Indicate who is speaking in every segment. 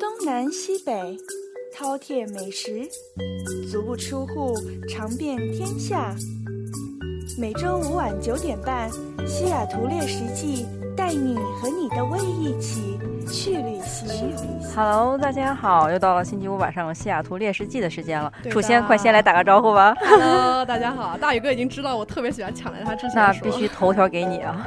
Speaker 1: 东南西北，饕餮美食，足不出户，尝遍天下。每周五晚九点半，《西雅图猎食记》带你和你的胃一起去旅行。
Speaker 2: Hello，大家好，又到了星期五晚上《西雅图猎食记》的时间了。
Speaker 3: 对
Speaker 2: 楚
Speaker 3: 的
Speaker 2: 先，快先来打个招呼 吧。
Speaker 3: Hello，大家好，大宇哥已经知道我特别喜欢抢来他之前
Speaker 2: 那
Speaker 3: 说
Speaker 2: 必须头条给你 啊！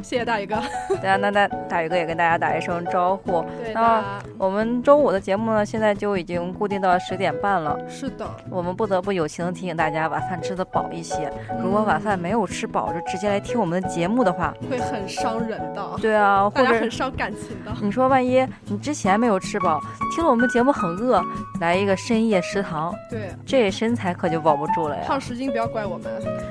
Speaker 3: 谢谢大宇哥，
Speaker 2: 对啊，那那大宇哥也跟大家打一声招呼。
Speaker 3: 对
Speaker 2: 那
Speaker 3: 的，
Speaker 2: 我们周五的节目呢，现在就已经固定到十点半了。
Speaker 3: 是的，
Speaker 2: 我们不得不友情地提醒大家，晚饭吃得饱一些。如果晚饭没有吃饱，就直接来听我们的节目的话，
Speaker 3: 嗯会很伤人的，
Speaker 2: 对 啊，或
Speaker 3: 大家
Speaker 2: 者
Speaker 3: 很伤感情的。
Speaker 2: 你说万一你之前没有吃饱，听了我们节目很饿，来一个深夜食堂，
Speaker 3: 对，
Speaker 2: 这身材可就保不住了呀。
Speaker 3: 胖十斤不要怪我们，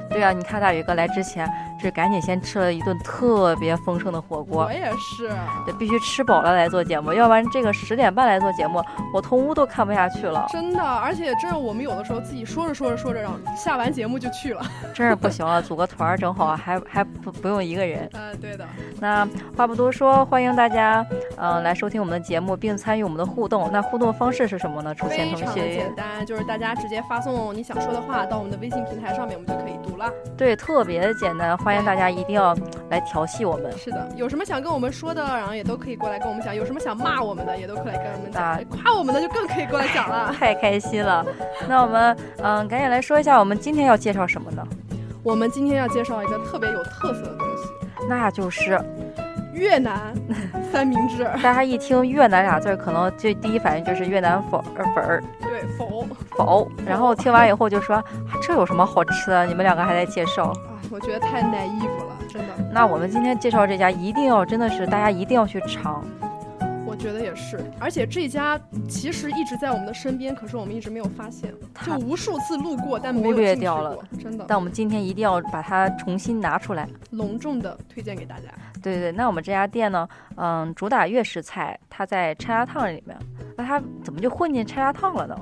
Speaker 2: 对啊，你看大宇哥来之前，这赶紧先吃了一顿特别丰盛的火锅
Speaker 3: 我。也是。
Speaker 2: 得必须吃饱了来做节目，要不然这个十点半来做节目，我同屋都看不下去了，
Speaker 3: 真的，而且真的，我们有的时候自己说着说着说着，然后下完节目就去了。
Speaker 2: 真是不行啊了。组个团儿正好还还不不用一个人。
Speaker 3: 嗯、对的，
Speaker 2: 那话不多说，欢迎大家，嗯、来收听我们的节目，并参与我们的互动。那互动方式是什么呢？出现
Speaker 3: 非
Speaker 2: 程
Speaker 3: 常的
Speaker 2: 序
Speaker 3: 简单，就是大家直接发送你想说的话到我们的微信平台上面，我们就可以读了。
Speaker 2: 对，特别的简单，欢迎大家一定要来调戏我们。
Speaker 3: 是的，有什么想跟我们说的，然后也都可以过来跟我们讲；有什么想骂我们的，也都可以来跟我们
Speaker 2: 啊
Speaker 3: 讲；夸我们的就更可以过来讲了。
Speaker 2: 太开心了，那我们嗯、赶紧来说一下我们今天要介绍什么呢？
Speaker 3: 我们今天要介绍一个特别有特色的东西
Speaker 2: 那就是
Speaker 3: ——越南三明治。
Speaker 2: 大家一听越南俩字儿，可能最第一反应就是越南粉儿呃粉儿
Speaker 3: 对，否
Speaker 2: 否，然后听完以后就说、啊这有什么好吃的？你们两个还在介绍。
Speaker 3: 啊，我觉得太 naive 了，真的，
Speaker 2: 那我们今天介绍这家一定要真的是大家一定要去尝，
Speaker 3: 我觉得也是。而且这家其实一直在我们的身边，可是我们一直没有发现，就
Speaker 2: 它
Speaker 3: 无数次路过，但没有
Speaker 2: 忽略
Speaker 3: 进去
Speaker 2: 掉
Speaker 3: 过
Speaker 2: 了，
Speaker 3: 真的。
Speaker 2: 但我们今天一定要把它重新拿出来。
Speaker 3: 隆重的推荐给大家。
Speaker 2: 对对，对，那我们这家店呢，嗯，主打粤式菜，它在 China Town 里面，那它怎么就混进 China Town 了呢？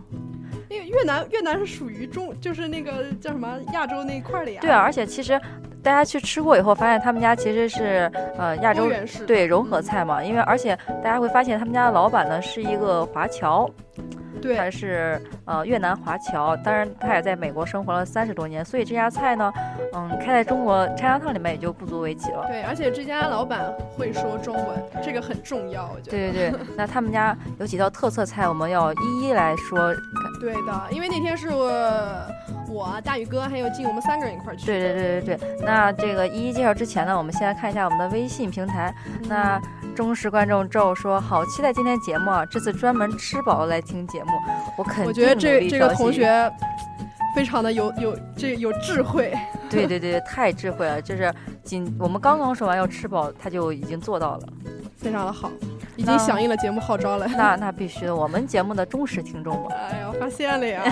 Speaker 3: 因为越南，越南是属于中，就是那个叫什么亚洲那一块儿的呀。
Speaker 2: 对啊，而且其实大家去吃过以后，发现他们家其实是呃亚
Speaker 3: 多
Speaker 2: 洲
Speaker 3: 元式。
Speaker 2: 对融合菜嘛，因为而且大家会发现他们家的老板呢是一个华侨，
Speaker 3: 对，
Speaker 2: 他是呃越南华侨，当然他也在美国生活了三十多年，所以这家菜呢，嗯，开在中国 China Town 里面也就不足为奇了。
Speaker 3: 对，而且这家老板会说中文，这个很重要，我觉得。
Speaker 2: 对对对，那他们家有几道特色菜，我们要一一来说
Speaker 3: 对的，因为那天是我、我啊大宇哥还有静，我们三个人一块儿去。
Speaker 2: 对对对对对，那这个一一介绍之前呢，我们先来看一下我们的微信平台。
Speaker 3: 嗯
Speaker 2: 那忠实观众宙说：“好期待今天节目啊！这次专门吃饱了来听节目，我肯定
Speaker 3: 我觉得
Speaker 2: 努
Speaker 3: 这
Speaker 2: 力
Speaker 3: 这个
Speaker 2: 学习
Speaker 3: 同，学非常的有有这有智慧，
Speaker 2: 对对对，太智慧了！就是仅我们刚刚说完要吃饱，他就已经做到了。
Speaker 3: 非常的好，已
Speaker 2: 那
Speaker 3: 经响应了节目号召了。
Speaker 2: 那那必须的，我们节目的忠实听众嘛。
Speaker 3: 哎呀，我发现 了呀！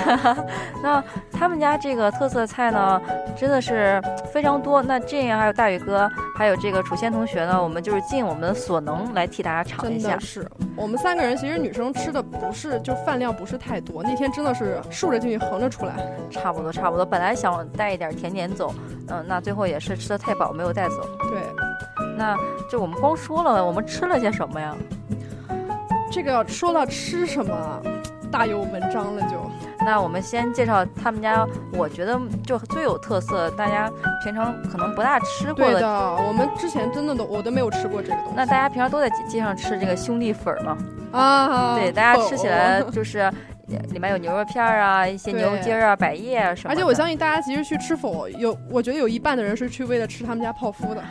Speaker 2: 那他们家这个特色菜呢，真的是非常多。那这样还有大宇哥，还有这个楚先同学呢，我们就是尽我们的所能来替大家尝一
Speaker 3: 真
Speaker 2: 下
Speaker 3: 的。是，我们三个人其实女生吃的不是就饭量不是太多，那天真的是竖着进去横着出来。
Speaker 2: 差不多，差不多。本来想带一点甜点走，嗯、那最后也是吃的太饱，没有带走。
Speaker 3: 对，
Speaker 2: 那就我们光说了，我们吃了些什么呀？
Speaker 3: 这个说到吃什么，大有文章了就。
Speaker 2: 那我们先介绍他们家，我觉得就最有特色，大家平常可能不大吃过
Speaker 3: 对
Speaker 2: 的。
Speaker 3: 的，我们之前真的都我都没有吃过这个东西。
Speaker 2: 那大家平常都在街上吃这个兄弟粉儿嘛？
Speaker 3: 啊，
Speaker 2: 对，大家
Speaker 3: 否
Speaker 2: 吃起来
Speaker 3: 哦
Speaker 2: 就是呃里面有牛肉片儿啊，一些
Speaker 3: 对
Speaker 2: 牛筋儿啊、百叶啊什么
Speaker 3: 而
Speaker 2: 的。
Speaker 3: 且我相信大家其实去吃否有，我觉得有一半的人是去为了吃他们家泡芙的。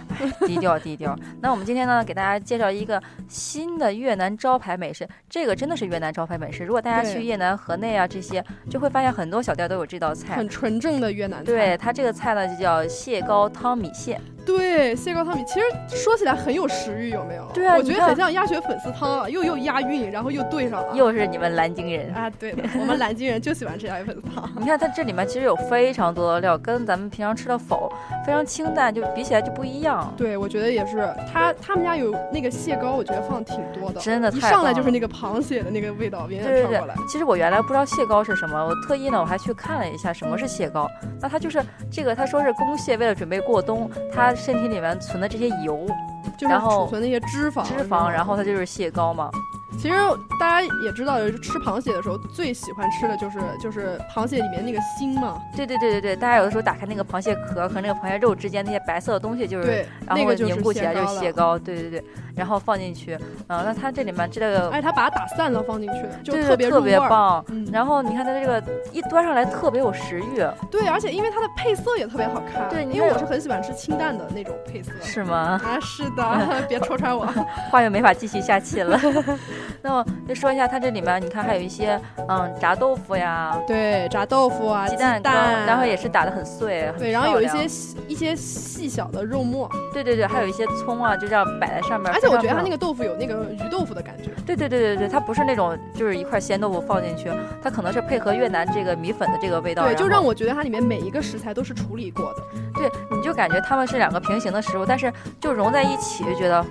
Speaker 2: 低调低 调。那我们今天呢，给大家介绍一个新的越南招牌美食，这个真的是越南招牌美食。如果大家
Speaker 3: 对
Speaker 2: 去越南河内啊这些，就会发现很多小店都有这道菜
Speaker 3: 很。纯正的越南
Speaker 2: 对
Speaker 3: 菜。
Speaker 2: 它这个菜呢，就叫蟹膏汤米线。
Speaker 3: 对，蟹膏汤米其实说起来很有食欲，有没有？
Speaker 2: 对啊
Speaker 3: 我
Speaker 2: 你
Speaker 3: 觉得
Speaker 2: 看
Speaker 3: 很像鸭血粉丝汤啊，又又押韵，然后又对上了。
Speaker 2: 又是你们南京人，
Speaker 3: 啊，对的，我们南京人就喜欢吃鸭血粉丝汤。
Speaker 2: 你看它这里面其实有非常多的料，跟咱们平常吃的否非常清淡，就比起来就不一样。
Speaker 3: 对，我觉得也是，他他们家有那个蟹膏，我觉得放挺多的，
Speaker 2: 真的
Speaker 3: 一
Speaker 2: 太
Speaker 3: 上来
Speaker 2: 棒
Speaker 3: 就是
Speaker 2: 了
Speaker 3: 那个螃蟹的那个味道，远
Speaker 2: 对
Speaker 3: 远
Speaker 2: 对
Speaker 3: 飘
Speaker 2: 对
Speaker 3: 过来。，
Speaker 2: 其实我原来不知道蟹膏是什么，我特意呢我还去看了一下什么是蟹膏。那它就是这个，他说是公蟹为了准备过冬，它身体里面存的这些油
Speaker 3: 就是
Speaker 2: 然后
Speaker 3: 储存那些脂肪，
Speaker 2: 脂
Speaker 3: 是
Speaker 2: 肪，
Speaker 3: 吗
Speaker 2: 然后它就是蟹膏嘛。
Speaker 3: 其实大家也知道，吃螃蟹的时候最喜欢吃的就是就是螃蟹里面那个心嘛，
Speaker 2: 对对对对对，大家有的时候打开那个螃蟹壳和那个螃蟹肉之间那些白色的东西，就是
Speaker 3: 对，
Speaker 2: 然
Speaker 3: 那
Speaker 2: 后
Speaker 3: 个就是
Speaker 2: 凝固起来就是
Speaker 3: 蟹
Speaker 2: 蟹
Speaker 3: 膏了。
Speaker 2: 膏，对对对，然后放进去，嗯、那它这里面这个
Speaker 3: 哎，他把它打散了放进去，就
Speaker 2: 对
Speaker 3: 特
Speaker 2: 对
Speaker 3: 别
Speaker 2: 特
Speaker 3: 入味
Speaker 2: 别
Speaker 3: 儿。
Speaker 2: 棒。
Speaker 3: 嗯，
Speaker 2: 然后你看它这个一端上来特别有食欲，
Speaker 3: 对，而且因为它的配色也特别好看，
Speaker 2: 对你
Speaker 3: 因为
Speaker 2: 看
Speaker 3: 我是很喜欢吃清淡的那种配色。
Speaker 2: 是吗？
Speaker 3: 啊， 是的， 别戳 穿我。
Speaker 2: 话又没法继续下去了。 那么就说一下它这里面，你看还有一些嗯炸豆腐呀、
Speaker 3: 对，炸豆腐啊，
Speaker 2: 鸡
Speaker 3: 鸡
Speaker 2: 蛋羹，
Speaker 3: 蛋
Speaker 2: 然后也是打的很碎，很
Speaker 3: 对，然后有一
Speaker 2: 漂
Speaker 3: 些
Speaker 2: 亮
Speaker 3: 细一些细小的肉末，
Speaker 2: 对对对，还有一些葱啊，就这样摆在上面。
Speaker 3: 而且我觉
Speaker 2: 非
Speaker 3: 得
Speaker 2: 常
Speaker 3: 它那
Speaker 2: 棒
Speaker 3: 个豆腐有那个鱼豆腐的感觉。
Speaker 2: 对对对对对，它不是那种就是一块鲜豆腐放进去，它可能是配合越南这个米粉的这个味道。
Speaker 3: 对，就
Speaker 2: 然
Speaker 3: 让
Speaker 2: 后
Speaker 3: 我觉得它里面每一个食材都是处理过的。
Speaker 2: 对，你就感觉它们是两个平行的食物，但是就融在一起，就觉得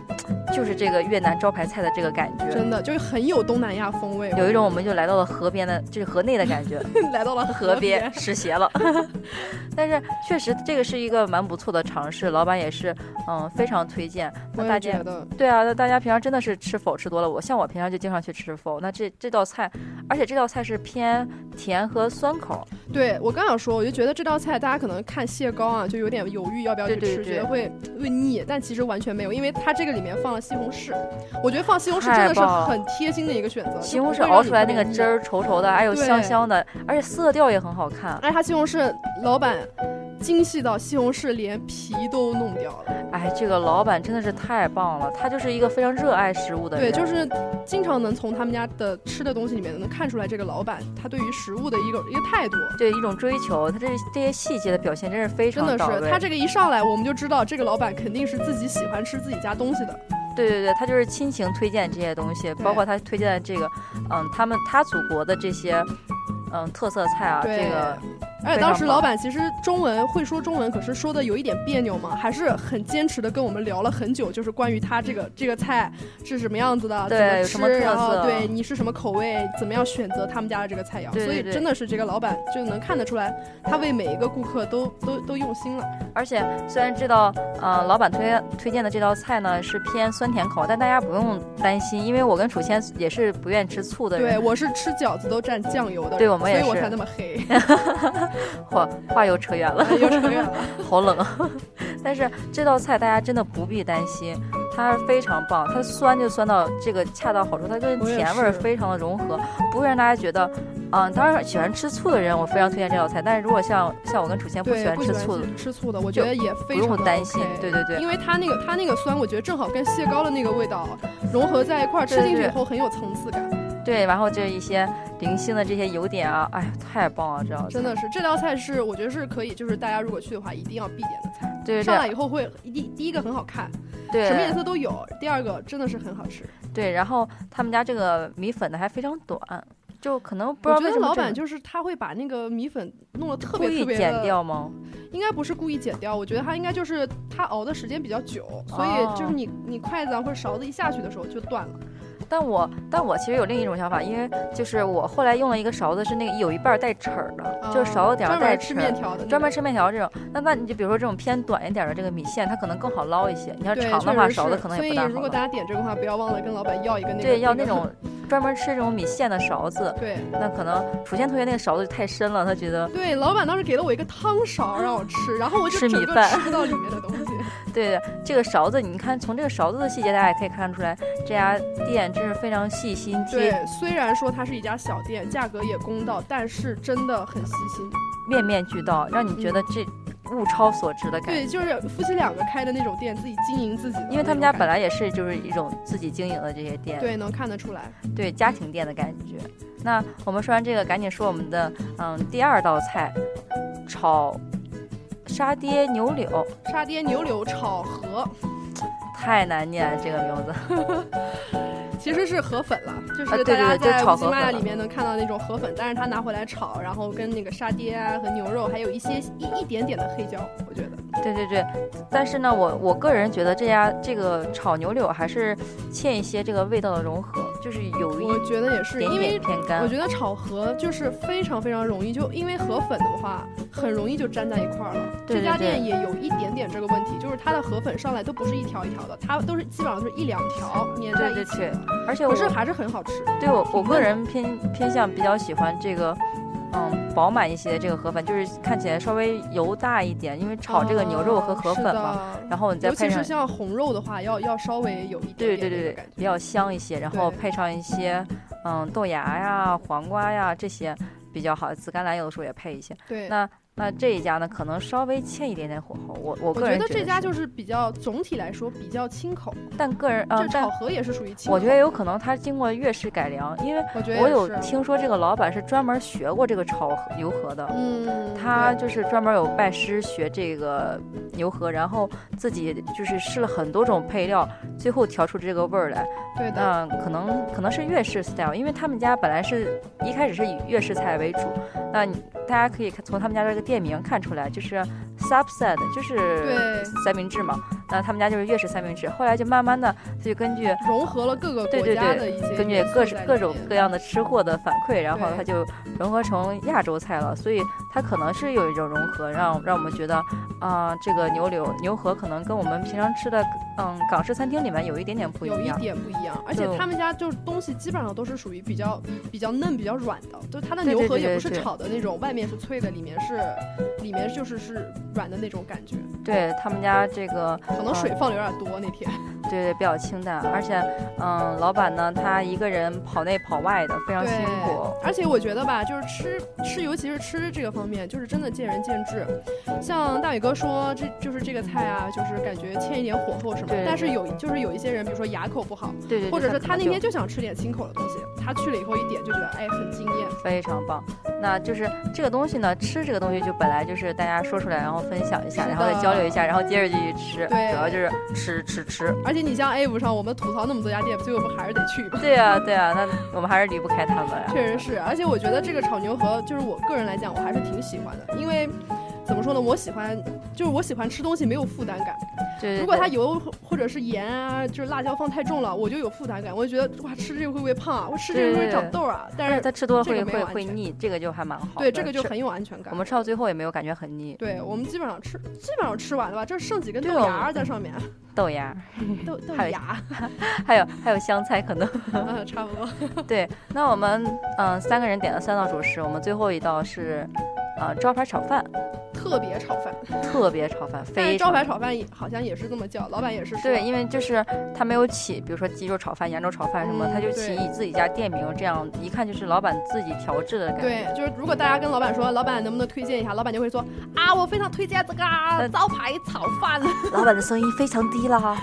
Speaker 2: 就是这个越南招牌菜的这个感觉。
Speaker 3: 真的就是很有东南亚风味。
Speaker 2: 有一种我们就来到了河边的，就是河内的感觉，
Speaker 3: 来到了
Speaker 2: 河
Speaker 3: 边
Speaker 2: 边，湿鞋了。 但是确实这个是一个蛮不错的尝试，老板也是嗯非常推荐。
Speaker 3: 我
Speaker 2: 那大
Speaker 3: 也
Speaker 2: 家
Speaker 3: 觉得
Speaker 2: 对啊，那大家平常真的是吃否吃多了，我像我平常就经常去吃否，那这这道菜，而且这道菜是偏甜和酸口，
Speaker 3: 对我刚想说，我就觉得这道菜大家可能看蟹膏啊，就有点犹豫要不要去
Speaker 2: 对对
Speaker 3: 吃，
Speaker 2: 对
Speaker 3: 觉得会会腻，但其实完全没有，因为它这个里面放了西红柿，我觉得放西红柿
Speaker 2: 太
Speaker 3: 真的是
Speaker 2: 棒了
Speaker 3: 很贴心的一个选择。
Speaker 2: 西红柿
Speaker 3: 就不会
Speaker 2: 熬
Speaker 3: 让
Speaker 2: 出来那
Speaker 3: 你
Speaker 2: 个
Speaker 3: 特别腻
Speaker 2: 汁儿，稠稠的，还有
Speaker 3: 对
Speaker 2: 香香的，而且色调也很好看。
Speaker 3: 而且它西红柿老板精细到西红柿连皮都弄掉了，
Speaker 2: 哎，这个老板真的是太棒了，他就是一个非常热爱食物的
Speaker 3: 对，
Speaker 2: 人。
Speaker 3: 就是经常能从他们家的吃的东西里面能看出来这个老板他对于食物的一个一个态度。
Speaker 2: 对一种追求，他这这些细节的表现真是非
Speaker 3: 真
Speaker 2: 常
Speaker 3: 的
Speaker 2: 到
Speaker 3: 是，
Speaker 2: 位。
Speaker 3: 他这个一上来我们就知道，这个老板肯定是自己喜欢吃自己家东西的。
Speaker 2: 对对对，他就是亲情推荐这些东西，包括他推荐的这个，嗯，他们他祖国的这些，嗯，特色菜啊，
Speaker 3: 对
Speaker 2: 这个非
Speaker 3: 而且
Speaker 2: 常
Speaker 3: 当时
Speaker 2: 棒
Speaker 3: 老板其实中文会说中文，可是说的有一点别扭嘛，还是很坚持的跟我们聊了很久，就是关于他这个这个菜是什么样子的，
Speaker 2: 对有
Speaker 3: 怎
Speaker 2: 什
Speaker 3: 么
Speaker 2: 么
Speaker 3: 吃，
Speaker 2: 特
Speaker 3: 然后
Speaker 2: 色
Speaker 3: 对你是什么口味，怎么样选择他们家的这个菜肴。
Speaker 2: 对对
Speaker 3: 所
Speaker 2: 对
Speaker 3: 以真的是这个老板就能看得出来，他为每一个顾客都都都用心了。
Speaker 2: 而且虽然知道，呃，老板推推荐的这道菜呢是偏酸甜口，但大家不用担心，因为我跟楚谦也是不愿意吃醋的人，
Speaker 3: 对我是吃饺子都蘸酱油的人，
Speaker 2: 对我们也
Speaker 3: 所以我
Speaker 2: 是
Speaker 3: 才那么黑，
Speaker 2: 话话又扯远了，
Speaker 3: 又扯远了。
Speaker 2: 好冷 啊！但是这道菜大家真的不必担心，它非常棒，它酸就酸到这个恰到好处，它跟
Speaker 3: 我也
Speaker 2: 甜味儿
Speaker 3: 是
Speaker 2: 非常的融合，不会让大家觉得。嗯，当然喜欢吃醋的人，我非常推荐这道菜。但是如果像像我跟楚谦不喜
Speaker 3: 对，
Speaker 2: 欢
Speaker 3: 不
Speaker 2: 吃醋的，
Speaker 3: 吃醋的，我
Speaker 2: 就
Speaker 3: 觉得也
Speaker 2: 不
Speaker 3: 非常
Speaker 2: 用
Speaker 3: 的
Speaker 2: 担心
Speaker 3: OK
Speaker 2: 对对对
Speaker 3: 因为它那个它那个酸，我觉得正好跟蟹膏的那个味道融合在一块儿，吃
Speaker 2: 对
Speaker 3: 进去以
Speaker 2: 对
Speaker 3: 后很有层次感。
Speaker 2: 对，然后这一些零星的这些油点啊，哎呀，太棒了，这道菜
Speaker 3: 真的是这道菜是我觉得是可以，就是大家如果去的话一定要必点的菜。
Speaker 2: 对
Speaker 3: 上
Speaker 2: 对
Speaker 3: 来以后会第第一个很好看，
Speaker 2: 对，
Speaker 3: 什么颜色都有；第二个真的是很好吃。
Speaker 2: 对，然后他们家这个米粉呢还非常短，就可能不知道
Speaker 3: 我觉
Speaker 2: 为
Speaker 3: 得
Speaker 2: 什么
Speaker 3: 老
Speaker 2: 这
Speaker 3: 板
Speaker 2: 个
Speaker 3: 就是他会把那个米粉弄得特
Speaker 2: 故
Speaker 3: 别特
Speaker 2: 意
Speaker 3: 别
Speaker 2: 减
Speaker 3: 的
Speaker 2: 掉吗？
Speaker 3: 应该不是故意减掉，我觉得它应该就是它熬的时间比较久，所
Speaker 2: 哦
Speaker 3: 以就是你你筷子啊或者勺子一下去的时候就断了。
Speaker 2: 但我但我其实有另一种想法，因为就是我后来用了一个勺子，是那个有一半儿带齿儿的，就是勺子顶上
Speaker 3: 哦专
Speaker 2: 带
Speaker 3: 门
Speaker 2: 齿
Speaker 3: 吃
Speaker 2: 儿。
Speaker 3: 面条的那种，
Speaker 2: 专门吃面条这种，那那你就比如说这种偏短一点的这个米线，它可能更好捞一些。你要
Speaker 3: 对，
Speaker 2: 长的
Speaker 3: 确
Speaker 2: 话，
Speaker 3: 实
Speaker 2: 勺子
Speaker 3: 是
Speaker 2: 可能也不
Speaker 3: 所
Speaker 2: 大
Speaker 3: 以如
Speaker 2: 好
Speaker 3: 果
Speaker 2: 捞。
Speaker 3: 大家点这个话，不要忘了跟老板要一个那个。
Speaker 2: 对，要那
Speaker 3: 个
Speaker 2: 种专门吃这种米线的勺子，
Speaker 3: 对
Speaker 2: 那可能楚谦同学那个勺子太深了，他觉得
Speaker 3: 对，老板当时给了我一个汤勺让我吃，然后我就
Speaker 2: 吃
Speaker 3: 整
Speaker 2: 米
Speaker 3: 个
Speaker 2: 饭
Speaker 3: 吃不到里面的 东西。
Speaker 2: 对对，这个勺子，你看从这个勺子的细节，大家也可以看出来，这家店真是非常细心贴
Speaker 3: 对，虽然说它是一家小店，价格也公道，但是真的很细心。
Speaker 2: 面面俱到，让你觉得这物超所值的感觉。
Speaker 3: 对，就是夫妻两个开的那种店，自己经营自己的那种感觉，
Speaker 2: 因为他们家本来也是就是一种自己经营的这些店，
Speaker 3: 对能看得出来。
Speaker 2: 对家庭店的感觉。那我们说完这个，赶紧说我们的嗯第二道菜，炒沙爹牛柳，
Speaker 3: 沙爹牛柳炒河
Speaker 2: 太难念了这个名字。
Speaker 3: 其实是河粉了，就
Speaker 2: 啊对
Speaker 3: 是
Speaker 2: 对
Speaker 3: 大家
Speaker 2: 对就是
Speaker 3: 在
Speaker 2: 炒
Speaker 3: 乌鸡
Speaker 2: 河粉
Speaker 3: 嘛
Speaker 2: 了
Speaker 3: 里面能看到那种河粉，但是它拿回来炒，然后跟那个沙爹啊和牛肉，还有一些一一点点的黑椒，我觉得。
Speaker 2: 对对对，但是呢，我我个人觉得这家这个炒牛柳还是欠一些这个味道的融合。就是有
Speaker 3: 我
Speaker 2: 一
Speaker 3: 觉得也是，
Speaker 2: 点
Speaker 3: 因为
Speaker 2: 点偏
Speaker 3: 我
Speaker 2: 干。
Speaker 3: 觉得炒河就是非常非常容易，就因为河粉的话，很容易就粘在一块儿了。
Speaker 2: 对对
Speaker 3: 这家
Speaker 2: 对
Speaker 3: 店也有一点点这个问题，就是它的河粉上来都不是一条一条的，它都是基本上就是一两条粘在一起
Speaker 2: 对对
Speaker 3: 的。
Speaker 2: 而且我
Speaker 3: 可是还是很好吃。
Speaker 2: 对我我个人偏偏向比较喜欢这个，嗯，饱满一些的这个河粉，就是看起来稍微油大一点，因为炒这个牛肉和河粉嘛，
Speaker 3: 啊是的
Speaker 2: 然后你再
Speaker 3: 尤
Speaker 2: 配
Speaker 3: 其
Speaker 2: 上
Speaker 3: 是，像红肉的话，要要稍微有一
Speaker 2: 对
Speaker 3: 点
Speaker 2: 对对
Speaker 3: 点那个
Speaker 2: 对
Speaker 3: 感，
Speaker 2: 比
Speaker 3: 觉。
Speaker 2: 较香一些，然后
Speaker 3: 对
Speaker 2: 配上一些嗯豆芽呀、黄瓜呀这些比较好，紫甘蓝有的时候也配一些。
Speaker 3: 对
Speaker 2: 那那这一家呢，可能稍微欠一点点火候，我我
Speaker 3: 我
Speaker 2: 个
Speaker 3: 觉
Speaker 2: 人
Speaker 3: 得
Speaker 2: 得
Speaker 3: 这家
Speaker 2: 是
Speaker 3: 就是比较总体来说比较清口，
Speaker 2: 但个人
Speaker 3: 这
Speaker 2: 嗯，但
Speaker 3: 炒河也是属于清口。
Speaker 2: 我觉得有可能它经过粤式改良，因为
Speaker 3: 我觉得
Speaker 2: 我
Speaker 3: 也
Speaker 2: 有
Speaker 3: 是
Speaker 2: 听说这个老板是专门学过这个炒河油河的。
Speaker 3: 嗯，
Speaker 2: 他
Speaker 3: 对
Speaker 2: 就是专门有拜师学这个牛河，然后自己就是试了很多种配料，最后调出这个味儿来。
Speaker 3: 对的。
Speaker 2: 那可能可能是粤式 style，因为他们家本来是一开始是以粤式菜为主。那你大家可以看从他们家这个店名看出来，就是 subset，就是
Speaker 3: 对
Speaker 2: 三明治嘛。那他们家就是粤式三明治，后来就慢慢的就根据
Speaker 3: 融合了各个
Speaker 2: 对
Speaker 3: 国
Speaker 2: 对
Speaker 3: 家
Speaker 2: 对
Speaker 3: 的一些
Speaker 2: 根据
Speaker 3: 元素
Speaker 2: 各
Speaker 3: 在里
Speaker 2: 各种
Speaker 3: 面
Speaker 2: 各样的吃货的反馈，然后
Speaker 3: 对
Speaker 2: 它就融合成亚洲菜了，所以它可能是有一种融合，让让我们觉得啊、这个牛柳牛河可能跟我们平常吃的嗯港式餐厅里面有一点点不
Speaker 3: 有
Speaker 2: 一
Speaker 3: 一
Speaker 2: 样。
Speaker 3: 点不一样，而且
Speaker 2: 就
Speaker 3: 他们家就是东西基本上都是属于比较比较嫩、比较软的，就是它的
Speaker 2: 对
Speaker 3: 牛
Speaker 2: 对
Speaker 3: 河
Speaker 2: 对
Speaker 3: 也
Speaker 2: 对
Speaker 3: 不是
Speaker 2: 对
Speaker 3: 炒的那种，外面是脆的，里面是里面就是是软的那种感觉，
Speaker 2: 对他们家这个
Speaker 3: 可能
Speaker 2: 嗯
Speaker 3: 水放的有点多那天。
Speaker 2: 对对比较清淡，而且嗯老板呢他一个人跑内跑外的非常辛苦。
Speaker 3: 而且我觉得吧，就是吃吃，尤其是吃这个方面，就是真的见仁见智。像大宇哥说，这就是这个菜啊，就是感觉欠一点火候什么的。
Speaker 2: 对
Speaker 3: 但是
Speaker 2: 对
Speaker 3: 有就是有一些人，比如说牙口不好，
Speaker 2: 对对对，
Speaker 3: 或者是
Speaker 2: 可
Speaker 3: 他那
Speaker 2: 能就
Speaker 3: 天就想吃点清口的东西，他去了以后一点就觉得哎很惊艳。
Speaker 2: 非常棒。那就是这个东西呢，吃这个东西就本来就是大家说出来，然后分享一下，
Speaker 3: 是
Speaker 2: 然后再
Speaker 3: 的
Speaker 2: 交流一下，然后接着继续吃。
Speaker 3: 对
Speaker 2: 主要就是吃吃吃。
Speaker 3: 而且你像 A 五上，我们吐槽那么多家店，最后不还是得去吗？
Speaker 2: 对呀、对呀、那我们还是离不开他们啊呀。
Speaker 3: 确实是，而且我觉得这个炒牛河，就是我个人来讲，我还是挺喜欢的，因为怎么说呢，我喜欢，就是我喜欢吃东西没有负担感。
Speaker 2: 对对
Speaker 3: 如果它
Speaker 2: 对
Speaker 3: 油或者是盐啊，就是辣椒放太重了，我就有负担感，我就觉得哇，吃这个会不会胖啊？我吃这个会不会长痘啊？
Speaker 2: 而
Speaker 3: 但
Speaker 2: 且
Speaker 3: 是
Speaker 2: 他吃多了
Speaker 3: 这
Speaker 2: 会
Speaker 3: 个没
Speaker 2: 会
Speaker 3: 有安
Speaker 2: 会
Speaker 3: 全
Speaker 2: 腻，这个就还蛮好的。
Speaker 3: 对这个就
Speaker 2: 吃
Speaker 3: 很有安全感
Speaker 2: 我。们吃到最后也没有感觉很腻。
Speaker 3: 对我们基本上吃，基本上吃完了吧，这剩几根
Speaker 2: 对
Speaker 3: 豆
Speaker 2: 哦
Speaker 3: 芽儿在上面，
Speaker 2: 豆芽，
Speaker 3: 豆豆
Speaker 2: 还有
Speaker 3: 芽，
Speaker 2: 还有还有香菜，可能
Speaker 3: 嗯， 差 不多。
Speaker 2: 对。那我们嗯、三个人点了三道主食，我们最后一道是呃招牌炒饭，
Speaker 3: 特别炒饭，
Speaker 2: 特别炒饭，
Speaker 3: 但
Speaker 2: 非
Speaker 3: 是招
Speaker 2: 常
Speaker 3: 牌炒饭也好像也是这么叫，老板也是说
Speaker 2: 对，因为就是他没有起，比如说鸡肉炒饭、扬州炒饭什么，
Speaker 3: 嗯
Speaker 2: 他就起
Speaker 3: 对
Speaker 2: 以自己家店名，这样一看就是老板自己调制的感觉。
Speaker 3: 对，就是如果大家跟老板说，老板能不能推荐一下，老板就会说啊，我非常推荐这个啊
Speaker 2: 嗯
Speaker 3: 招牌炒饭。
Speaker 2: 老板的声音非常低啦。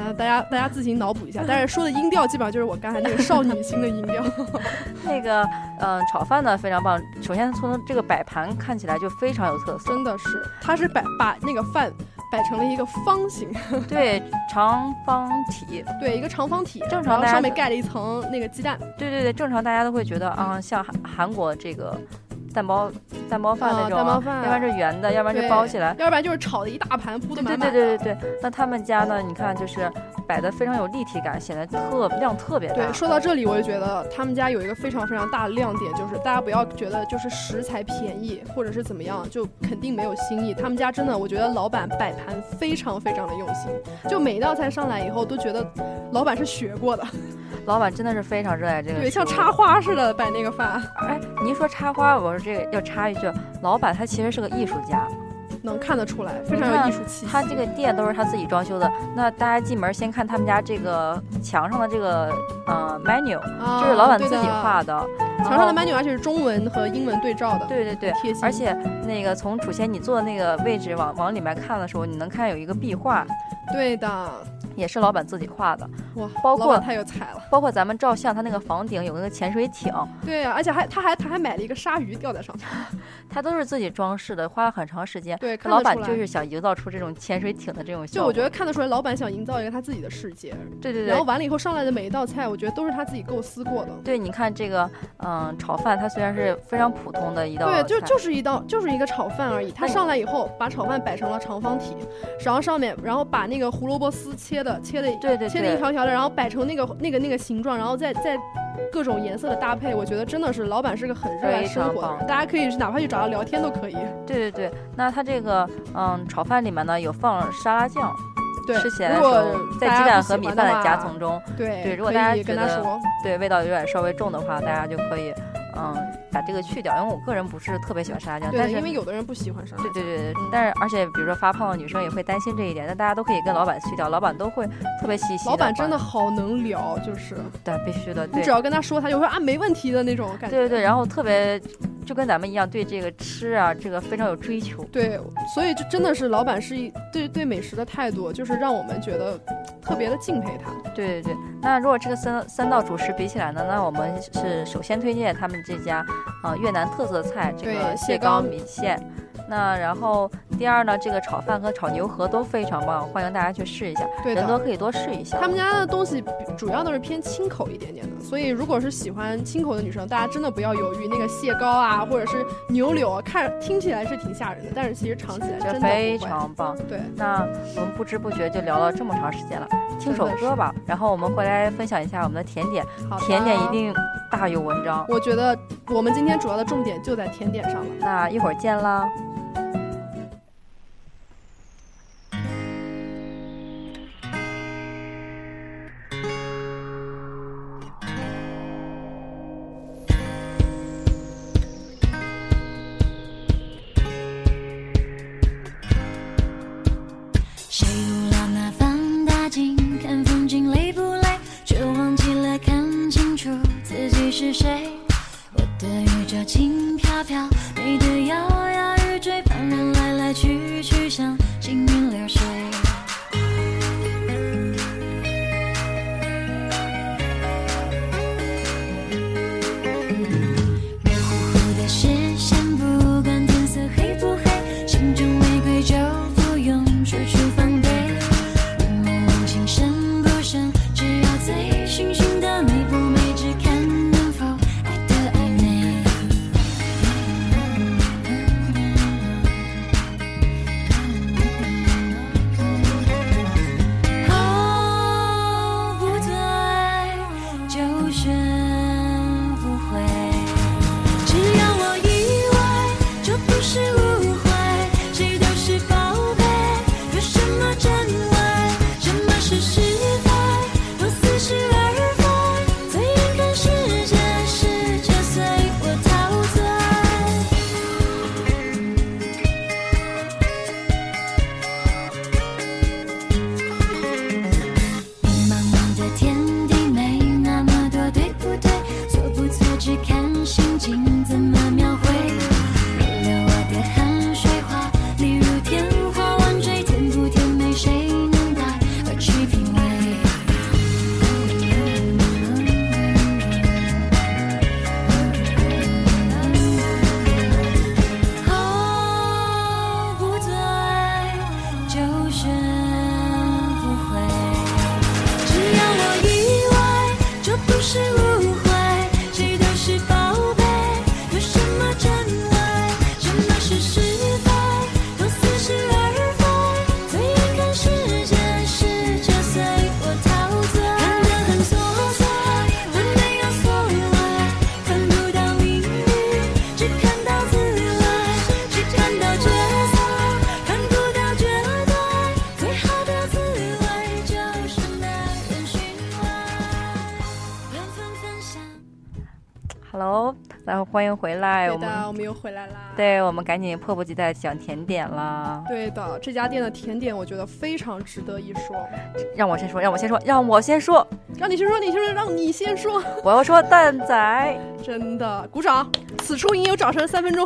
Speaker 3: 啊，大家大家自行脑补一下，但是说的音调基本上就是我刚才那个少女心的音调。
Speaker 2: 那个，嗯、炒饭呢非常棒。首先从这个摆盘看起来就非常有特色，
Speaker 3: 真的是，他是摆把那个饭摆成了一个方形，
Speaker 2: 对，长方体，
Speaker 3: 对，一个长方体，
Speaker 2: 正常
Speaker 3: 然后
Speaker 2: 大家
Speaker 3: 上面盖了一层那个鸡蛋，
Speaker 2: 对对对，正常大家都会觉得
Speaker 3: 嗯
Speaker 2: 啊、像韩韩国这个蛋包蛋包饭那
Speaker 3: 啊
Speaker 2: 种，
Speaker 3: 蛋包饭
Speaker 2: 要不然是圆的，要不然就
Speaker 3: 对
Speaker 2: 包起来。
Speaker 3: 要不然就是炒的一大盘，铺的
Speaker 2: 对对
Speaker 3: 满满
Speaker 2: 对
Speaker 3: 的。
Speaker 2: 对对，那他们家呢？你看，就是摆的非常有立体感，显得特量特别大。
Speaker 3: 对，说到这里，我就觉得他们家有一个非常非常大的亮点，就是大家不要觉得就是食材便宜或者是怎么样，就肯定没有新意。他们家真的，我觉得老板摆盘非常非常的用心，就每一道菜上来以后都觉得老板是学过的，
Speaker 2: 老板真的是非常热爱这个，
Speaker 3: 对，像插。花似的摆那个饭，
Speaker 2: 哎，您说插花，我说这个要插一句，老板他其实是个艺术家，
Speaker 3: 能看得出来，非
Speaker 2: 你
Speaker 3: 常有
Speaker 2: 看
Speaker 3: 艺术气息。
Speaker 2: 他这个店都是他自己装修的。那大家进门先看他们家这个墙上的这个呃 menu，
Speaker 3: 啊
Speaker 2: 就是老板
Speaker 3: 对
Speaker 2: 自己
Speaker 3: 的
Speaker 2: 画的，然
Speaker 3: 墙
Speaker 2: 后
Speaker 3: 上的 menu 而且是中文和英文对照的，
Speaker 2: 对对对，
Speaker 3: 贴心。
Speaker 2: 而且那个从楚贤你坐的那个位置往往里面看的时候，你能看有一个壁画，
Speaker 3: 对的，
Speaker 2: 也是老板自己画的，
Speaker 3: 哇，
Speaker 2: 包
Speaker 3: 老
Speaker 2: 括
Speaker 3: 板太有才了。
Speaker 2: 包括咱们照相，他那个房顶有那个潜水艇，
Speaker 3: 对啊，而且还他还他还买了一个鲨鱼吊在上面，
Speaker 2: 他都是自己装饰的，花了很长时间。
Speaker 3: 对，看得
Speaker 2: 老板
Speaker 3: 出来
Speaker 2: 就是想营造出这种潜水艇的这种效
Speaker 3: 就
Speaker 2: 果。
Speaker 3: 我觉得看得出来，老板想营造一个他自己的世界，
Speaker 2: 对对
Speaker 3: 然后
Speaker 2: 对。
Speaker 3: 完了以后上来的每一道菜，我觉得都是他自己构思过的。
Speaker 2: 对，你看这个，嗯、炒饭它虽然是非常普通的一道菜，
Speaker 3: 对，就就是一道就是一个炒饭而已。他上来以后，把炒饭摆成了长方体，然后上面然后把那个胡萝卜丝切的，切的
Speaker 2: 对对
Speaker 3: 切的一
Speaker 2: 对，
Speaker 3: 条条的，然后摆成那个那个那个形状，然后再再各种颜色的搭配，我觉得真的是老板是个很热爱
Speaker 2: 非
Speaker 3: 生
Speaker 2: 常
Speaker 3: 活的
Speaker 2: 棒
Speaker 3: 人，大家可以哪怕去找他聊天都可以。
Speaker 2: 对对对。那它这个嗯炒饭里面呢有放沙拉酱，
Speaker 3: 对，
Speaker 2: 吃起来的
Speaker 3: 如
Speaker 2: 时
Speaker 3: 果
Speaker 2: 候在鸡蛋和米饭
Speaker 3: 的
Speaker 2: 的夹层，中，
Speaker 3: 对
Speaker 2: 对如果
Speaker 3: 可
Speaker 2: 大家
Speaker 3: 以跟他
Speaker 2: 觉得
Speaker 3: 说，
Speaker 2: 对味道有点稍微重的话，大家就可以嗯把这个去掉，因为我个人不是特别喜欢沙拉酱，但
Speaker 3: 对，
Speaker 2: 是
Speaker 3: 因为有的人不喜欢上。
Speaker 2: 对对对对，
Speaker 3: 嗯
Speaker 2: 但是而且比如说发胖的女生也会担心这一点，但大家都可以跟老板去掉，老板都会特别细心。
Speaker 3: 老板真的，好能聊，就是
Speaker 2: 对，必须的，
Speaker 3: 你
Speaker 2: 对
Speaker 3: 只要跟他说，他就说啊没问题的那种感
Speaker 2: 对对
Speaker 3: 觉。
Speaker 2: 对，然后特别就跟咱们一样，对这个吃啊这个非常有追求。
Speaker 3: 对，所以就真的是老板是一对对美食的态度，就是让我们觉得特别的敬佩他。
Speaker 2: 对对对，那如果这个三三道主食比起来呢，那我们是首先推荐他们这家，呃，越南特色菜这
Speaker 3: 对
Speaker 2: 个
Speaker 3: 蟹
Speaker 2: 蟹
Speaker 3: 膏
Speaker 2: 膏米线。那然后第二呢，这个炒饭和炒牛河都非常棒，欢迎大家去试一下，
Speaker 3: 对
Speaker 2: 人多
Speaker 3: 的，
Speaker 2: 可以多试一下。
Speaker 3: 他们家的东西比主要都是偏清口一点点的，所以如果是喜欢清口的女生，大家真的不要犹豫。那个蟹膏啊，或者是牛柳啊，看听起来是挺吓人的，但是其实尝起来
Speaker 2: 这
Speaker 3: 真的不
Speaker 2: 非
Speaker 3: 会。
Speaker 2: 常棒。
Speaker 3: 对，
Speaker 2: 那我们不知不觉就聊了这么长时间了，听首
Speaker 3: 真的是
Speaker 2: 歌吧，然后我们回来分享一下我们的甜点，
Speaker 3: 好的
Speaker 2: 甜点一。定大有文章。
Speaker 3: 我觉得我们今天主要的重点就在甜点上了。
Speaker 2: 那一会儿见啦。
Speaker 4: 谁入了那放大镜，看风景累不累？却忘记了看清楚自己是谁。我的宇宙轻飘飘，你的摇摇欲坠，旁人来来去去，像行云流水。热乎乎的视线，不管天色黑不黑，心中玫瑰就不用处处防备。一梦忘情深不深，只要醉醺醺的美不美，只看能否爱得暧昧。哦，不对，就学不会。只要我以为这不是误会，谁都是宝贝，有什么真伪？什么是是非？都似是而非。最勇敢世界，世界随我陶醉。茫茫的天地没那么多对不对？错不错只看心情怎么描绘。你留我的汗水花，你如天花乱坠，甜不甜美谁能带我去品味？哦，不对，就学不会。只要我以为这不是误会，谁都是宝贝，有什么真伪？什么是是非？都似是而非。最勇敢世界，世界随我陶醉。看得很琐碎，但没有所谓。看不到命运，只看到自来，只看到角色，看不到绝对。最好的滋味就是耐人寻味，缘分分享。
Speaker 2: Hello，然后欢迎回来，哎我
Speaker 3: 对
Speaker 2: 们
Speaker 3: 的，我们又回来啦。。
Speaker 2: 对我们赶紧迫不及待地想甜点啦。
Speaker 3: 对的，这家店的甜点我觉得非常值得一说。
Speaker 2: 让我先说，让我先说，让我先说，
Speaker 3: 让你先说，你先说，让你先说。
Speaker 2: 我要说蛋仔。
Speaker 3: 真的，鼓掌！此处应有掌声三分钟。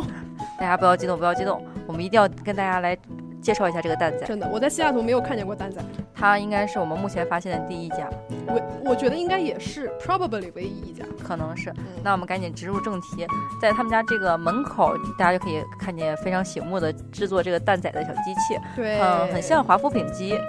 Speaker 2: 大家不要激动，不要激动，我们一定要跟大家来介绍一下这个蛋仔，
Speaker 3: 真的，我在西雅图没有看见过蛋仔，
Speaker 2: 它应该是我们目前发现的第一家，
Speaker 3: 我我觉得应该也是 probably 唯一一家。
Speaker 2: 可能是。
Speaker 3: 嗯，
Speaker 2: 那我们赶紧直入正题，在他们家这个门口，大家就可以看见非常醒目的制作这个蛋仔的小机器，
Speaker 3: 对，
Speaker 2: 嗯，很像，华夫饼机，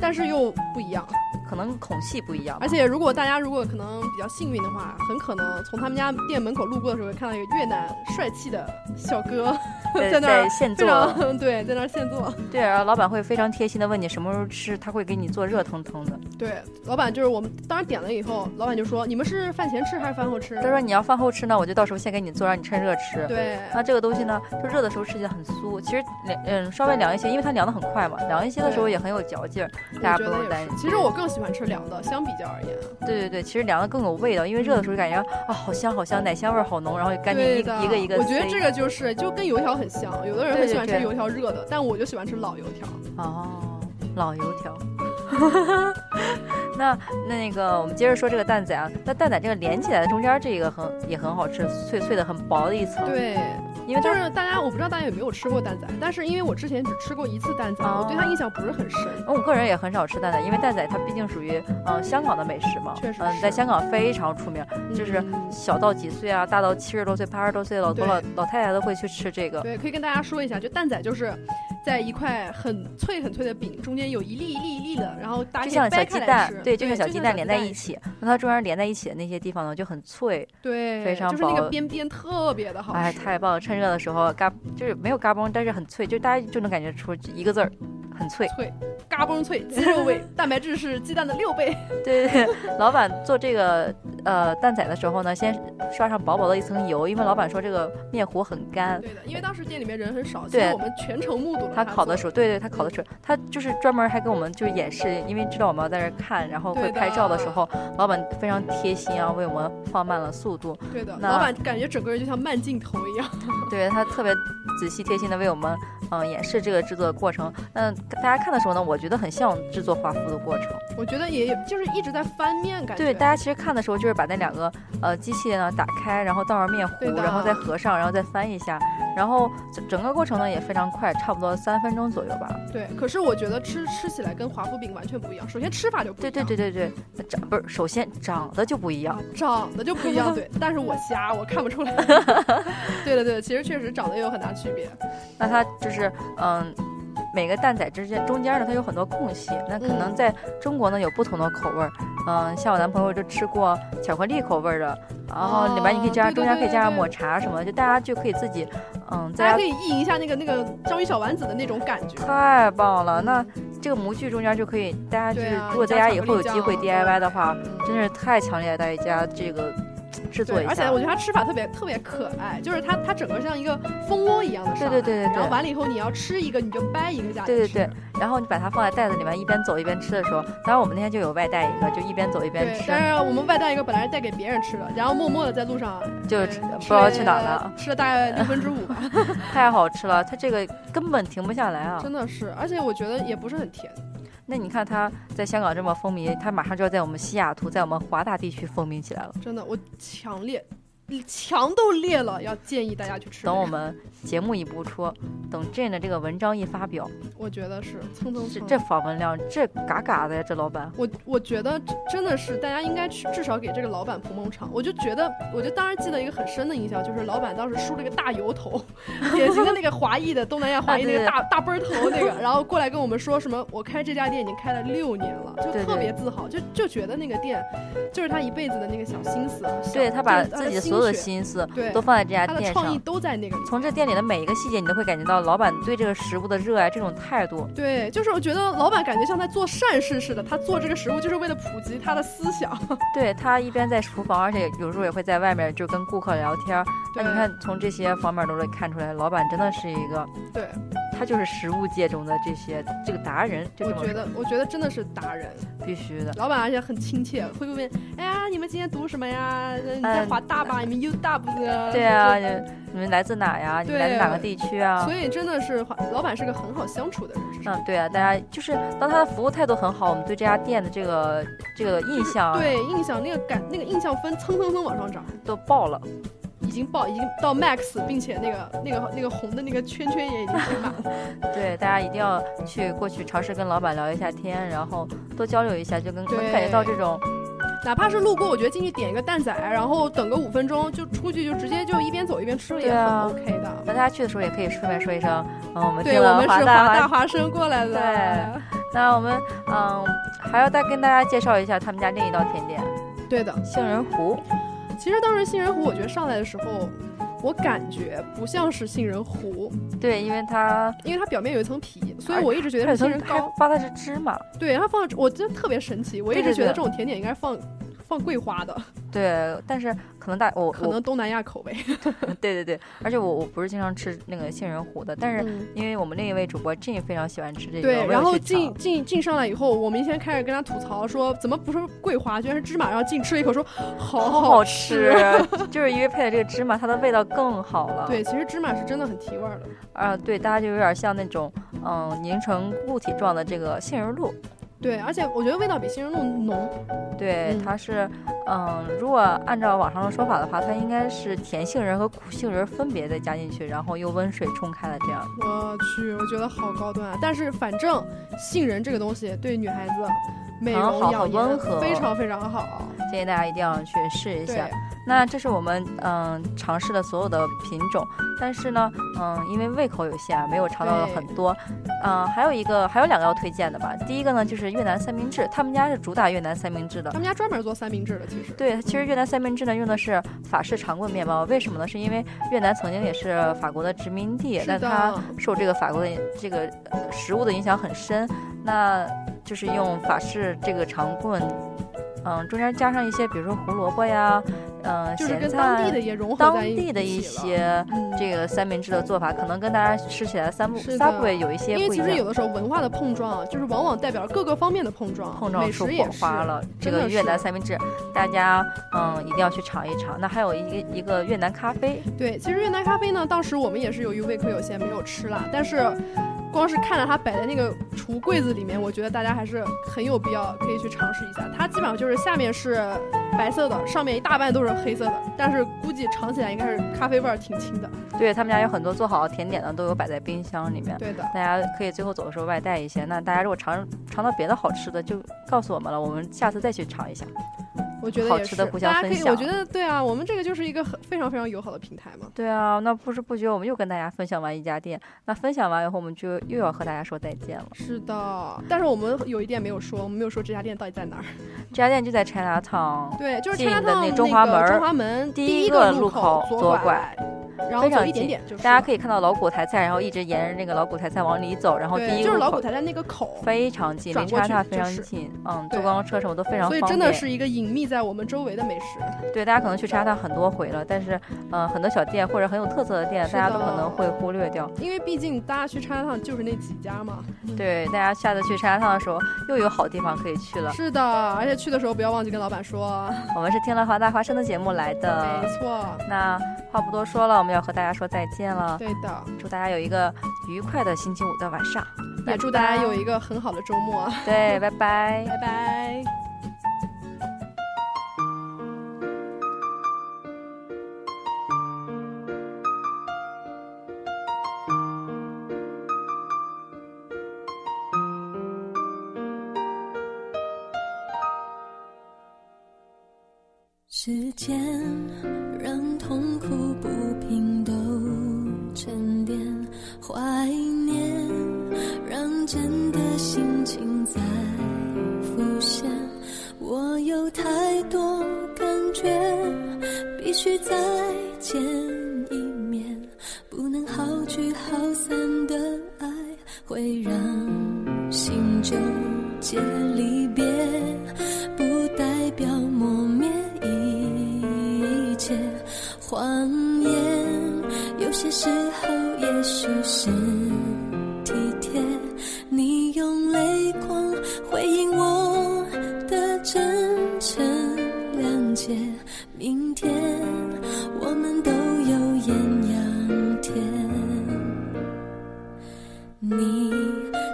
Speaker 3: 但是又不一样。
Speaker 2: 可能孔隙不一样吧，
Speaker 3: 而且如果大家如果可能比较幸运的话，很可能从他们家店门口路过的时候，看到一个越南帅气的小哥
Speaker 2: 在
Speaker 3: 在那儿
Speaker 2: 现
Speaker 3: 非
Speaker 2: 做，
Speaker 3: 常对，在那儿现做。
Speaker 2: 对，然后老板会非常贴心的问你什么时候吃，他会给你做热腾腾的。
Speaker 3: 对，老板就是我们当时点了以后，老板就说：“你们是饭前吃还是饭后吃？”
Speaker 2: 他说你要饭后吃呢，我就到时候先给你做，让你趁热吃。
Speaker 3: 对，
Speaker 2: 那这个东西呢，就热的时候吃起来很酥，其实凉嗯稍微凉一些，因为它凉的很快嘛，凉一些的时候
Speaker 3: 对
Speaker 2: 也很有嚼劲儿，
Speaker 3: 我
Speaker 2: 大家
Speaker 3: 觉
Speaker 2: 不
Speaker 3: 得
Speaker 2: 用
Speaker 3: 也
Speaker 2: 担
Speaker 3: 是。
Speaker 2: 心。
Speaker 3: 其实我更喜欢吃凉的，相比较而言，
Speaker 2: 对对对，其实凉的更有味道，因为热的时候感觉啊好香好香，奶香味儿好浓，然后赶紧一
Speaker 3: 对的
Speaker 2: 一个一个塞。
Speaker 3: 我觉得这个就是就跟油条很像，有的人很喜欢
Speaker 2: 对对
Speaker 3: 吃
Speaker 2: 对
Speaker 3: 油条热的，但我就喜欢吃老油条。
Speaker 2: 哦，老油条。 那那个，我们接着说这个蛋仔啊，那蛋仔这个连起来的中间这个很也很好吃，脆脆的，很薄的一层。，
Speaker 3: 对，
Speaker 2: 因为
Speaker 3: 哎就
Speaker 2: 它
Speaker 3: 是大家我不知道大家有没有吃过蛋仔，但是因为我之前只吃过一次蛋仔，
Speaker 2: 哦
Speaker 3: 我对它印象不是很深。
Speaker 2: 我个人也很少吃蛋仔，因为蛋仔它毕竟属于呃、香港的美食嘛，
Speaker 3: 确实
Speaker 2: 嗯、
Speaker 3: 是
Speaker 2: 在香港非常出名，就是
Speaker 3: 嗯
Speaker 2: 小到几岁啊，大到七十多岁、八十多岁的老头
Speaker 3: 对
Speaker 2: 老老太太都会去吃这个。
Speaker 3: 对，可以跟大家说一下，就蛋仔就是在一块很脆很脆的饼，中间有一粒一粒一粒的，然后大
Speaker 2: 就
Speaker 3: 家可
Speaker 2: 像
Speaker 3: 以
Speaker 2: 小
Speaker 3: 掰
Speaker 2: 鸡
Speaker 3: 开来
Speaker 2: 蛋
Speaker 3: 吃，
Speaker 2: 对，
Speaker 3: 对，
Speaker 2: 就像小鸡蛋连在一
Speaker 3: 起，
Speaker 2: 起，那它中间连在一起的那些地方呢，就很脆，
Speaker 3: 对，
Speaker 2: 非常
Speaker 3: 就是那
Speaker 2: 薄
Speaker 3: 个边边特别的好吃，
Speaker 2: 哎，太棒了！趁热的时候嘎，就是没有嘎嘣，但是很脆，就大家就能感觉出一个字儿，很脆。
Speaker 3: 脆，嘎 嘣脆，鸡肉味，蛋白质是鸡蛋的六倍，
Speaker 2: 对 对对，老板做这个呃蛋仔的时候呢，先刷上薄薄的一层油，因为老板说这个面糊很干。
Speaker 3: 对的，因为当时店里面人很少，其
Speaker 2: 对
Speaker 3: 实我们全程目睹了
Speaker 2: 他烤
Speaker 3: 做
Speaker 2: 的时候，对对，他烤的时候，他就是专门还给我们就是演示，因为知道我们要在这儿看，然后会
Speaker 3: 对的
Speaker 2: 拍照的时候，老板非常贴心啊，为我们放慢了速度，
Speaker 3: 对的，
Speaker 2: 那
Speaker 3: 老板感觉整个人就像慢镜头一样，
Speaker 2: 对他特别仔细贴心的为我们嗯、呃演示这个制作的过程。那大家看的时候呢，我觉得很像制作华夫的过程。
Speaker 3: 我觉得也就是一直在翻面感觉，
Speaker 2: 对，大家其实看的时候就是把那两个呃机器呢打开，然后倒上面糊，
Speaker 3: 对的
Speaker 2: 然后再合上，然后再翻一下，然后整整个过程呢也非常快，差不多三分钟左右吧。
Speaker 3: 对，可是我觉得吃吃起来跟华夫饼完全不一样，首先吃法就不
Speaker 2: 对
Speaker 3: 一样，嗯
Speaker 2: 对对对对，那长不是，首先长得就不一样
Speaker 3: 啊。，长得就不一 样，对，但是我瞎，我看不出来。对的对的，其实确实长得也有很大区别。
Speaker 2: 那它就是嗯。每个蛋仔之间中间呢，它有很多空隙。那可
Speaker 3: 嗯
Speaker 2: 能在中国呢有不同的口味儿，嗯，像我男朋友就吃过巧克力口味儿的，然后里面你可以加
Speaker 3: 哦对
Speaker 2: 中
Speaker 3: 对
Speaker 2: 间可以
Speaker 3: 对
Speaker 2: 加上
Speaker 3: 对
Speaker 2: 抹茶什么的，就大家就可以自己，嗯，在
Speaker 3: 大
Speaker 2: 家
Speaker 3: 家可以意淫一下那个那个章鱼小丸子的那种感觉。
Speaker 2: 太棒了！那这个模具中间就可以，大家就是、
Speaker 3: 对啊
Speaker 2: 如果大家以后有
Speaker 3: 加
Speaker 2: 机
Speaker 3: 巧克
Speaker 2: 会
Speaker 3: 力酱
Speaker 2: DIY 的话，
Speaker 3: 嗯
Speaker 2: 真的是太强烈，大家这个嘖制作
Speaker 3: 对，
Speaker 2: 一
Speaker 3: 而且
Speaker 2: 下
Speaker 3: 我。觉得它吃法特别特别可爱，就是它它整个像一个蜂窝一样的上来，
Speaker 2: 对对对对对
Speaker 3: 然后完了以后你要吃一个你就掰一个下去，
Speaker 2: 对对对，然后你把它放在袋子里面，一边走一边吃的时候，当然我们那天就有外带一个，就一边走一边
Speaker 3: 对，
Speaker 2: 吃，
Speaker 3: 但是我们外带一个本来是带给别人吃的，然后默默的在路上
Speaker 2: 就
Speaker 3: 呃
Speaker 2: 吃
Speaker 3: 吃
Speaker 2: 不知道去哪儿了啊
Speaker 3: 了，吃了大 概六分之五吧，
Speaker 2: 太好吃了，它这个根本停不下来啊！
Speaker 3: 真的是，而且我觉得也不是很甜，
Speaker 2: 那你看它在香港这么风靡，它马上就要在我们西雅图，在我们华大地区风靡起来了。
Speaker 3: 真的，我强烈，墙都裂了，要建议大家去吃。
Speaker 2: 等我，们节目一播出，等 Jane 的这个文章一发表，
Speaker 3: 我觉得是蹭蹭
Speaker 2: 这
Speaker 3: 蹭。
Speaker 2: 这访问量，这嘎嘎的呀，这老板。
Speaker 3: 我我觉得真的是大家应该去，至少给这个老板捧捧场。我就觉得，我就当时记得一个很深的印象，就是老板当时梳了个大油头， 典型的那个华裔的东南亚华裔那个
Speaker 2: 啊
Speaker 3: 大、大奔儿头那个， 然后过来跟我们说什么，我开这家店已经开了六年了，就
Speaker 2: 对对
Speaker 3: 特别自豪，就就觉得那个店就是他一辈子的那个小心思，啊小
Speaker 2: 对他把
Speaker 3: 就是
Speaker 2: 自己
Speaker 3: 的
Speaker 2: 所有的
Speaker 3: 血
Speaker 2: 心思
Speaker 3: 对
Speaker 2: 都放在这家
Speaker 3: 他的
Speaker 2: 店
Speaker 3: 创意
Speaker 2: 上，
Speaker 3: 都在那个里面。
Speaker 2: 从这店里的每一个细节，你都会感觉到老板对这个食物的热爱，这种态度。
Speaker 3: 对，就是我觉得老板感觉像在做善事似的，他做这个食物就是为了普及他的思想。
Speaker 2: 对他一边在厨房，而且有时候也会在外面就跟顾客聊天儿。那
Speaker 3: 对，
Speaker 2: 哎你看，从这些方面都能看出来，老板真的是一个，
Speaker 3: 对，
Speaker 2: 他就是食物界中的这些这个达人，就
Speaker 3: 我
Speaker 2: 这么
Speaker 3: 觉
Speaker 2: 说
Speaker 3: 得，我觉得真的是达人。
Speaker 2: 必须的。
Speaker 3: 老板而且很亲切，会问，哎呀，你们今天读什么呀？呃你在
Speaker 2: 嗯
Speaker 3: 华大吧？你们 U 大不 的？
Speaker 2: 对啊，你你们来自哪呀？你们来自哪个
Speaker 3: 对
Speaker 2: 地区啊？
Speaker 3: 所以真的是华老板是个很好相处的人，是吧？
Speaker 2: 嗯，对啊，大家就是当他的服务态度很好，我们对这家店的这个这个印象啊
Speaker 3: 对，印象那个感那个印象分蹭蹭蹭往上涨，
Speaker 2: 都爆了。
Speaker 3: 已经爆，已经到 max，并且那个那个那个红的那个圈圈也已经填满了。
Speaker 2: 对，大家一定要去过去尝试跟老板聊一下天，然后多交流一下，就跟能
Speaker 3: 对
Speaker 2: 感觉到这种
Speaker 3: 哪怕是路过，我觉得进去点一个蛋仔，然后等个五分钟就出去，就直接就一边走一边吃了，也
Speaker 2: 对啊
Speaker 3: 很 OK 的。
Speaker 2: 那大家去的时候也可以顺便说一声，嗯，我们
Speaker 3: 对
Speaker 2: 订
Speaker 3: 我
Speaker 2: 了
Speaker 3: 们
Speaker 2: 华
Speaker 3: 是华
Speaker 2: 大华
Speaker 3: 大华生过来的，
Speaker 2: 对那我们嗯，还要再跟大家介绍一下他们家另一道甜点
Speaker 3: 对的，
Speaker 2: ——杏仁糊。
Speaker 3: 其实当时杏仁糊，我觉得上来的时候，我感觉不像是杏仁糊，
Speaker 2: 对，因为它
Speaker 3: 因为它表面有一层皮，所
Speaker 2: 而
Speaker 3: 以我一直觉
Speaker 2: 它
Speaker 3: 得
Speaker 2: 有
Speaker 3: 是杏仁
Speaker 2: 层
Speaker 3: 糕
Speaker 2: 还。发的是芝麻，
Speaker 3: 对，它放，我真的特别神奇，我一
Speaker 2: 对对
Speaker 3: 直觉得
Speaker 2: 对
Speaker 3: 这种甜点应该放放桂花的，
Speaker 2: 对，但是可能大我
Speaker 3: 可能东南亚口味。
Speaker 2: 我对对对，而且我我不是经常吃那个杏仁糊的，但是
Speaker 3: 嗯
Speaker 2: 因为我们另一位主播 Jin 非常喜欢吃这个，我
Speaker 3: 对，
Speaker 2: 有
Speaker 3: 然后
Speaker 2: 去尝
Speaker 3: 进进进上来以后，我明天开始跟他吐槽说，怎么不是桂花，居然是芝麻。然后进吃了一口说，好
Speaker 2: 好
Speaker 3: 好
Speaker 2: 好。吃，啊就是因为配的这个芝麻，它的味道更好了。
Speaker 3: 对，其实芝麻是真的很提味儿的。
Speaker 2: 啊，对，大家就有点像那种嗯凝成固体状的这个杏仁露。
Speaker 3: 对，而且我觉得味道比杏仁露浓。
Speaker 2: 对，
Speaker 3: 嗯
Speaker 2: 它是嗯，如果按照网上的说法的话，它应该是甜杏仁和苦杏仁分别再加进去，然后用温水冲开了这样。
Speaker 3: 我去，我觉得好高端啊！但是反正杏仁这个东西对女孩子美
Speaker 2: 很
Speaker 3: 容
Speaker 2: 好
Speaker 3: 养
Speaker 2: 很
Speaker 3: 颜
Speaker 2: 温和
Speaker 3: 非常非常好。
Speaker 2: 建议大家一定要去试一下
Speaker 3: 对。，
Speaker 2: 那这是我们嗯尝试的所有的品种，但是呢，嗯，因为胃口有限啊，没有尝到
Speaker 3: 对
Speaker 2: 很多。嗯，还有一个，还有两个要推荐的吧。第一个呢，就是越南三明治，他们家是主打越南三明治的
Speaker 3: 他。们家专门做三明治的，其实。
Speaker 2: 对，其实越南三明治呢用的是法式长棍面包，为什么呢？是因为越南曾经也是法国的殖民地，
Speaker 3: 是
Speaker 2: 那
Speaker 3: 的
Speaker 2: 它受这个法国的这个呃食物的影响很深，那就是用法式这个长棍，嗯，中间加上一些，比如说胡萝卜呀，嗯，
Speaker 3: 就是
Speaker 2: 咸
Speaker 3: 跟当地
Speaker 2: 菜
Speaker 3: 的也融合
Speaker 2: 当
Speaker 3: 在
Speaker 2: 地的一
Speaker 3: 一起了。
Speaker 2: 些
Speaker 3: 嗯
Speaker 2: 这个三明治的做法，可能跟大家吃起来三不
Speaker 3: 是的
Speaker 2: 三不味有一些
Speaker 3: 因为
Speaker 2: 不一
Speaker 3: 其实有
Speaker 2: 样。
Speaker 3: 的时候文化的碰撞啊，就是往往代表各个方面的碰撞，
Speaker 2: 碰撞
Speaker 3: 美
Speaker 2: 出
Speaker 3: 食
Speaker 2: 火
Speaker 3: 也是
Speaker 2: 花了，这
Speaker 3: 真的
Speaker 2: 个越南
Speaker 3: 是
Speaker 2: 三明治，大家嗯一定要去尝一尝。那还有一个一个越南咖啡，
Speaker 3: 对，其实越南咖啡呢，当时我们也是由于胃口有限没有吃啦，但是光是看着它摆在那个橱柜子里面，我觉得大家还是很有必要可以去尝试一下。它基本上就是下面是白色的，上面一大半都是黑色的，但是估计尝起来应该是咖啡味儿挺轻的。
Speaker 2: 对他们家有很多做好的甜点呢，都有摆在冰箱里面。
Speaker 3: 对的，
Speaker 2: 大家可以最后走的时候外带一些。那大家如果尝尝到别的好吃的，就告诉我们了，我们下次再去尝一下。
Speaker 3: 我觉得
Speaker 2: 好
Speaker 3: 也
Speaker 2: 吃
Speaker 3: 是，
Speaker 2: 的互相
Speaker 3: 大家可以，
Speaker 2: 分享
Speaker 3: 我觉得对啊，我们这个就是一个很非常非常友好的平台嘛。
Speaker 2: 对啊，那不知不觉我们又跟大家分享完一家店。那分享完以后，我们就又要和大家说再见了。
Speaker 3: 是的，但是我们有一点没有说，我们没有说这家店到底在哪儿。
Speaker 2: 这家店就在 China Town，
Speaker 3: 对，就是
Speaker 2: 进
Speaker 3: China
Speaker 2: 的那
Speaker 3: Town
Speaker 2: 中华门
Speaker 3: 那
Speaker 2: 儿
Speaker 3: 个中华门
Speaker 2: 第
Speaker 3: 第
Speaker 2: 一个
Speaker 3: 个
Speaker 2: 路口
Speaker 3: 口
Speaker 2: 左
Speaker 3: 拐，然后
Speaker 2: 非
Speaker 3: 走
Speaker 2: 常
Speaker 3: 一点
Speaker 2: 近
Speaker 3: 点就是。
Speaker 2: 大家可以看到老古台菜，然后一直沿着那个老古台菜往里走，然后第
Speaker 3: 对，
Speaker 2: 一
Speaker 3: 就是
Speaker 2: 路
Speaker 3: 老
Speaker 2: 口
Speaker 3: 虎台的那个口，
Speaker 2: 非常近，离
Speaker 3: 转过
Speaker 2: China Town
Speaker 3: 去
Speaker 2: 非
Speaker 3: 就
Speaker 2: 常
Speaker 3: 是
Speaker 2: 近。嗯，坐
Speaker 3: 对
Speaker 2: 公交车什么都非常方
Speaker 3: 所以
Speaker 2: 便。
Speaker 3: 真的是一个隐秘在我们周围的美食。
Speaker 2: 对，大家可能去吃它很多回了，但是，呃，很多小店或者很有特色的店，
Speaker 3: 是
Speaker 2: 大家都
Speaker 3: 的
Speaker 2: 可能会忽略掉。
Speaker 3: 因为毕竟大家去 China Town 就是那几家嘛。
Speaker 2: 对，大家下次去沙滩的时候，又有好地方可以去了。
Speaker 3: 是的，而且去的时候不要忘记跟老板说。
Speaker 2: 我们是听了华大华生的节目来
Speaker 3: 没
Speaker 2: 的，
Speaker 3: 错，
Speaker 2: 那话不多说了，我们要和大家说再见了。
Speaker 3: 对的。
Speaker 2: 祝大家有一个愉快的星期五的晚上，
Speaker 3: 也祝大家有一个很好的周末，
Speaker 2: 对，拜拜。
Speaker 3: 拜拜。
Speaker 4: 时间让痛苦不平都沉淀，怀念让真的心情再浮现。我有太多感觉，必须再见一面，不能好聚好散的爱会让心纠结离别。不代表磨灭一切谎言。有些时候，也许是体贴。你用泪光回应我的真诚谅解。明天，我们都有艳阳天。你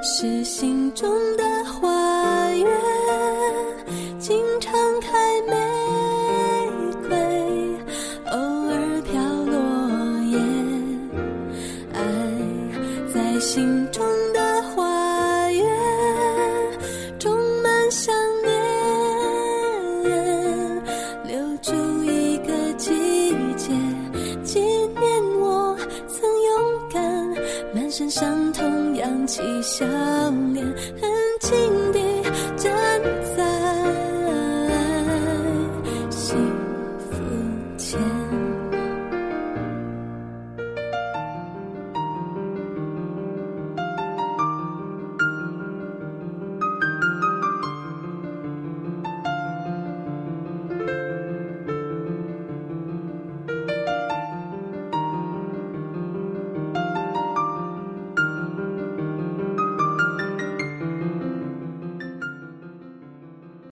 Speaker 4: 是心中的花园。经常开玫瑰，偶尔飘落叶，爱在心中的花园种满想念，留住一个季节，纪念我曾勇敢，满身伤痛扬起笑